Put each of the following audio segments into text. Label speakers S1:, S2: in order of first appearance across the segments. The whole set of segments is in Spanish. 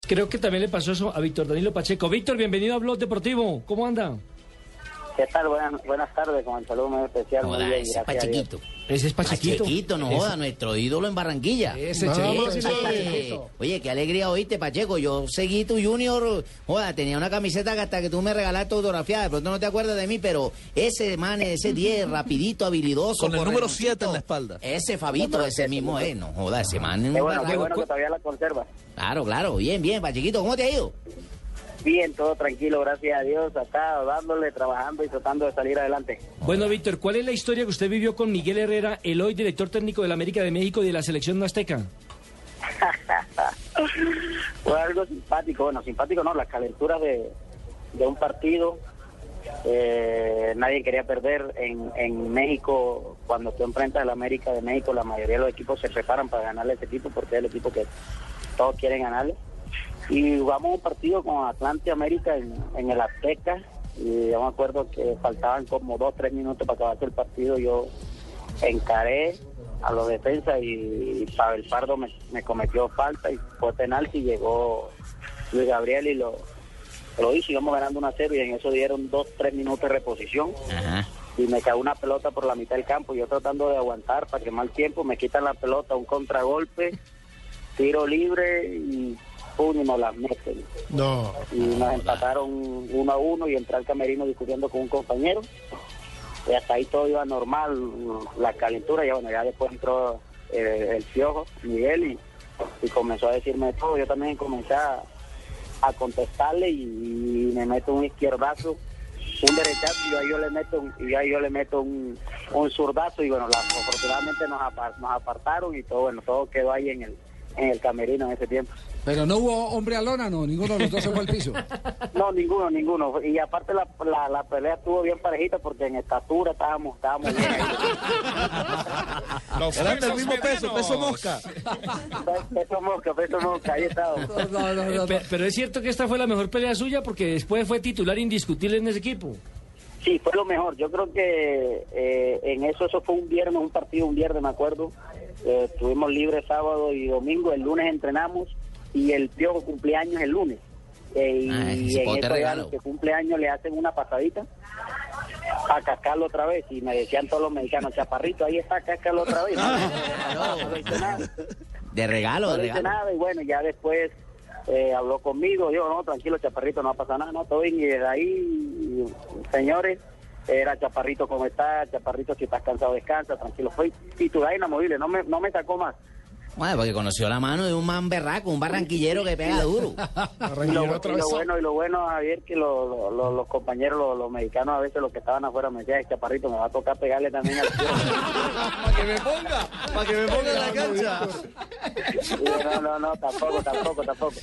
S1: Creo que también le pasó eso a Víctor Danilo Pacheco. Víctor, bienvenido a Blog Deportivo. ¿Cómo anda?
S2: ¿Qué tal? Buenas, buenas tardes, con el saludo muy especial. muy
S3: Joda,
S2: bien,
S3: ese es
S2: gracias a Dios.
S3: Pachequito.
S1: Ese es Pachequito.
S3: Pachequito, no joda, nuestro ídolo en Barranquilla.
S1: Ese
S3: Ese,
S1: Pachequito.
S3: ese, Pachequito. Oye, qué alegría oíste, Pacheco. Yo seguí tu junior, joda, tenía una camiseta que hasta que tú me regalaste autografiada. De pronto no te acuerdas de mí, pero ese man, ese 10, rapidito, habilidoso.
S4: Con el
S3: corredorcito,
S4: número siete en la espalda.
S3: Ese Fabito, ese mismo es. No joda, ese man. es
S2: Ah.
S3: un
S2: Qué bueno, qué
S3: barranco.
S2: bueno que todavía la conserva.
S3: Claro, claro, bien, bien, Pachequito, ¿cómo te ha ido?
S2: Bien, todo tranquilo, gracias a Dios, acá dándole, trabajando y tratando de salir adelante.
S1: Bueno, Víctor, ¿cuál es la historia que usted vivió con Miguel Herrera, el hoy director técnico de la América de México y de la selección azteca?
S2: Fue algo simpático, bueno, simpático no, las calenturas de, de un partido. eh, nadie quería perder en, en México. Cuando tú enfrentas al América de México, la mayoría de los equipos se preparan para ganarle a ese equipo porque es el equipo que todos quieren ganarle. Y jugamos un partido con Atlante América en, en el Azteca. Y yo me acuerdo que faltaban como dos, tres minutos para acabar el partido. Yo encaré a los defensas y, Pavel Pardo me, me cometió falta y fue penalti y llegó Luis Gabriel y lo, lo hizo, íbamos ganando una serie y en eso dieron dos, tres minutos de reposición
S3: Ajá.
S2: y me cae una pelota por la mitad del campo, yo tratando de aguantar para quemar tiempo, me quitan la pelota, un contragolpe, tiro libre y pum, y nos la meten.
S5: No.
S2: Y nos empataron uno a uno y entré al camerino discutiendo con un compañero. Y hasta ahí todo iba normal, la calentura, ya bueno, ya después entró eh, el piojo, Miguel, y, y comenzó a decirme todo. Yo también comencé a, a contestarle y, y me meto un izquierdazo, un derechazo, y ahí yo le meto un, y ahí yo le meto un, un zurdazo, y bueno, la- afortunadamente nos, apar- nos apartaron y todo, bueno, todo quedó ahí en el, en el camerino en ese tiempo.
S6: Pero no hubo hombre a lona, no, ninguno de los dos se fue al piso.
S2: No, ninguno, ninguno. Y aparte la, la, la pelea estuvo bien parejita porque en estatura estábamos, estábamos bien.
S4: Eran del mismo peso, peso mosca.
S2: peso mosca, peso mosca, ahí estábamos.
S6: No, no, no,
S1: Eh,
S6: no, no.
S1: pe- pero es cierto que esta fue la mejor pelea suya porque después fue titular indiscutible en ese equipo.
S2: Sí, fue lo mejor. Yo creo que eh, en eso, eso fue un viernes, un partido un viernes, me acuerdo. Eh, estuvimos libres sábado y domingo, el lunes entrenamos y el piojo cumpleaños el lunes. Eh, y
S3: Ah, ese
S2: en
S3: pote
S2: eso ya
S3: regalo.
S2: los que cumpleaños le hacen una pasadita a cascarlo otra vez. Y me decían todos los mexicanos, chaparrito, ahí está, cascarlo otra vez. No, no hice nada.
S3: De regalo,
S2: No
S3: de
S2: le hice
S3: regalo.
S2: nada y bueno, ya después eh, habló conmigo, yo no, tranquilo, chaparrito, no ha pasado nada, no, todo bien, y desde ahí, señores, era chaparrito como está, chaparrito si estás cansado descansa, tranquilo, fue titular inamovible, no me, no me sacó más.
S3: Bueno, porque conoció la mano de un man berraco, un barranquillero que pega duro.
S2: Y lo,
S5: Barranquillero
S2: y lo
S5: atravesado.
S2: bueno, y lo bueno, Javier, que lo- lo- lo- los compañeros, lo- los, mexicanos, a veces los que estaban afuera me decían, "Ay, chaparrito, me va a tocar pegarle también al tío".
S4: Para que me ponga, para que me ponga en la cancha.
S2: Y yo, No, no, no, tampoco, tampoco, tampoco.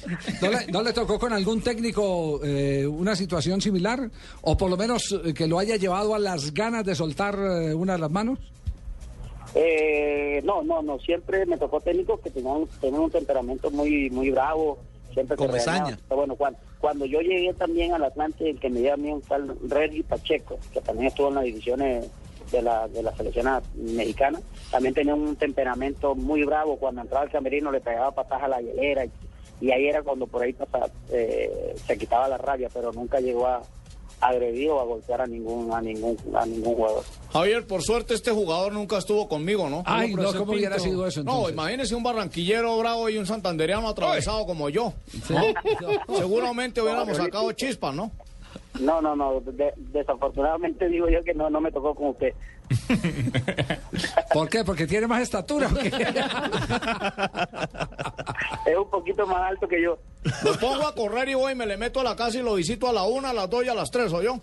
S6: ¿No le, no le tocó con algún técnico eh, una situación similar? ¿O por lo menos eh, que lo haya llevado a las ganas de soltar eh, una de las manos?
S2: Eh, no, no, no. Siempre me tocó técnicos que tenían, tenían un temperamento muy muy bravo. Siempre te
S4: Con
S2: regañaban.
S4: mezaña.
S2: Pero bueno, cuando, cuando yo llegué también al Atlante, el que me dio a mí un tal Reggie Pacheco, que también estuvo en las divisiones de la, de la selección a- mexicana, también tenía un temperamento muy bravo. Cuando entraba al camerino le pegaba patadas a la hielera y, y ahí era cuando por ahí pasa- eh, se quitaba la rabia, pero nunca llegó a agredir o a golpear a ningún a ningún a ningún jugador.
S7: Javier, por suerte este jugador nunca estuvo conmigo, ¿no?
S6: Ay, no,
S1: profesor
S6: ¿cómo hubiera
S1: Pinto.
S6: sido eso
S7: No,
S6: entonces?
S7: imagínese un barranquillero bravo y un santandereano atravesado como yo. ¿no? Seguramente hubiéramos sacado chispas, ¿no?
S2: No, no, no. de- desafortunadamente digo yo que no, no me tocó con usted.
S6: ¿Por qué? ¿Porque tiene más estatura? o qué?
S2: Es un poquito más alto que yo.
S7: Me pongo a correr y voy y me le meto a la casa y lo visito a la una, a las dos y a las tres, ¿o yo?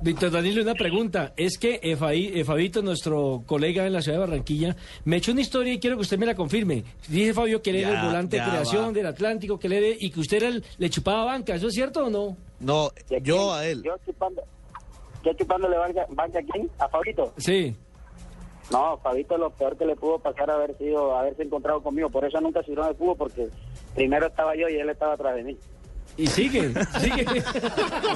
S1: Víctor Danilo, una pregunta. Es que eh, Faí- eh, Fabito, nuestro colega en la ciudad de Barranquilla, me echó una historia y quiero que usted me la confirme. Dice Fabio que él era
S4: Ya,
S1: el volante de
S4: ya
S1: creación
S4: va.
S1: del Atlántico, que le de- y que usted era el- le chupaba banca. ¿Eso es cierto o no?
S4: No,
S2: ¿Y quién?
S4: yo a él.
S2: Yo chupando. Yo chupándole banca, banca a quién? ¿A Fabrito?
S1: Sí.
S2: No, Fabito lo peor que le pudo pasar haber sido, haberse encontrado conmigo. Por eso nunca se dieron de cubo, porque primero estaba yo y él estaba atrás de mí.
S1: Y sigue, sigue.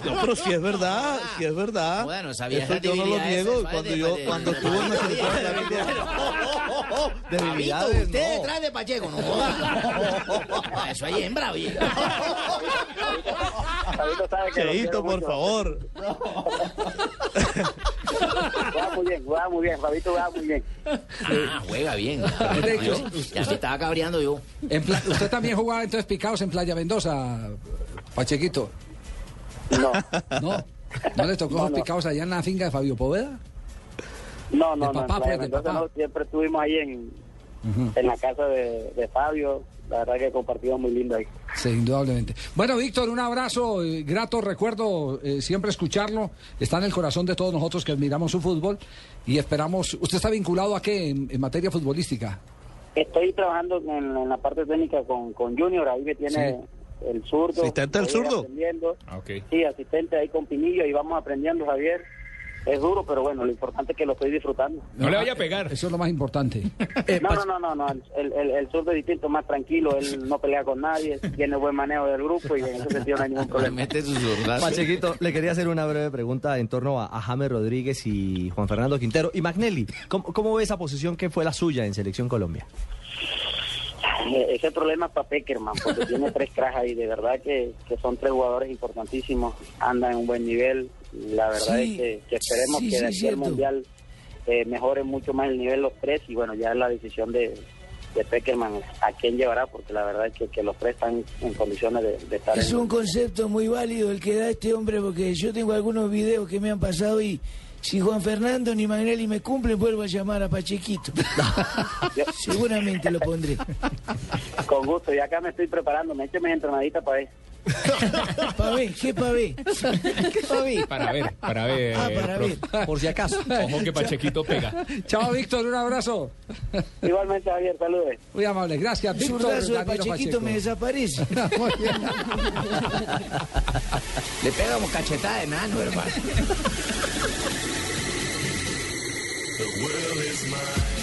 S4: No, pero si es verdad,
S7: Ah.
S4: si es verdad.
S3: Joda, no sabía
S4: Eso
S3: esas
S4: yo no lo
S3: debilidades
S4: niego.
S3: sexuales
S4: Cuando
S3: de-
S4: yo,
S3: de-
S4: cuando
S3: de-
S4: tuve una
S3: de-
S4: cirugía en la Oh, vida.
S3: Amito,
S4: Debilidades,
S3: usted
S4: no. Oh,
S3: detrás de Pacheco, no joda. Eso hay hembra, oye.
S2: Sabito sabe que lo
S4: Cheito,
S2: quiero
S4: por
S2: mucho.
S4: favor.
S2: Juega muy bien, juega muy bien, Fabito juega muy bien.
S3: Ah, juega bien. Ya me estaba cabreando yo.
S6: En pla- usted también jugaba entonces picados en Playa Mendoza, Pachequito.
S2: No,
S6: No, no le tocó
S2: No,
S6: los
S2: no.
S6: picados allá en la finca de Fabio Poveda.
S2: no, no,
S6: De
S2: no. en
S6: papá,
S2: Playa
S6: pues, de
S2: Mendoza
S6: papá.
S2: no, siempre estuvimos ahí en, en la casa de, de Fabio. La verdad que compartimos muy lindo ahí.
S6: Sí, indudablemente. Bueno, Víctor, un abrazo, eh, grato recuerdo, eh, siempre escucharlo. Está en el corazón de todos nosotros que admiramos su fútbol y esperamos. ¿Usted está vinculado a qué en, en materia futbolística?
S2: Estoy trabajando en, en la parte técnica con, con Junior, ahí me tiene el zurdo.
S4: ¿Asistente del
S2: Ahí
S4: zurdo?
S2: aprendiendo.
S7: Ah, ok.
S2: Sí, asistente ahí con Pinillo, y vamos aprendiendo, Javier. Es duro, pero bueno, lo importante es que lo estoy disfrutando.
S5: No le vaya a pegar.
S6: Ah, Eso es lo más importante.
S2: no, no, no, no, no, el, el, el zurdo es distinto, más tranquilo, él no pelea con nadie, tiene buen manejo del grupo y en ese sentido no hay ningún problema.
S3: Mete sus zurdas.
S8: Pachequito, le quería hacer una breve pregunta en torno a, a James Rodríguez y Juan Fernando Quintero. Y Magnelli, ¿cómo, ¿cómo ve esa posición que fue la suya en Selección Colombia?
S2: Eh, Ese problema es para Peckerman, porque tiene tres crajas ahí, de verdad que, que son tres jugadores importantísimos, andan en un buen nivel, la verdad
S3: Sí,
S2: es que, que esperemos
S3: sí,
S2: que de
S3: sí, es
S2: aquí al
S3: cierto.
S2: Mundial eh, mejoren mucho más el nivel los tres y bueno, ya es la decisión de, de Peckerman a quién llevará, porque la verdad es que, que los tres están en condiciones de, de estar
S9: Es
S2: en...
S9: un concepto muy válido el que da este hombre, porque yo tengo algunos videos que me han pasado y si Juan Fernando ni Magnelli me cumplen, vuelvo a llamar a Pachequito. Seguramente lo pondré.
S2: Con gusto, y acá me estoy preparando, me eche mis entrenaditas para ver.
S9: Pavé, ¿qué pavé?
S5: Para ver, para ver.
S9: Ah, para ver.
S8: Por si acaso.
S5: Ojo que Pachequito pega.
S6: Chao, Víctor, un abrazo.
S2: Igualmente, Javier, saludos.
S6: Muy amable, gracias,
S9: El
S6: Víctor.
S9: zurdazo de
S6: Danilo
S9: Pachequito
S6: Pacheco.
S9: me desaparece.
S6: Muy bien.
S3: Le pegamos cachetada de nano, hermano.
S10: The world is mine.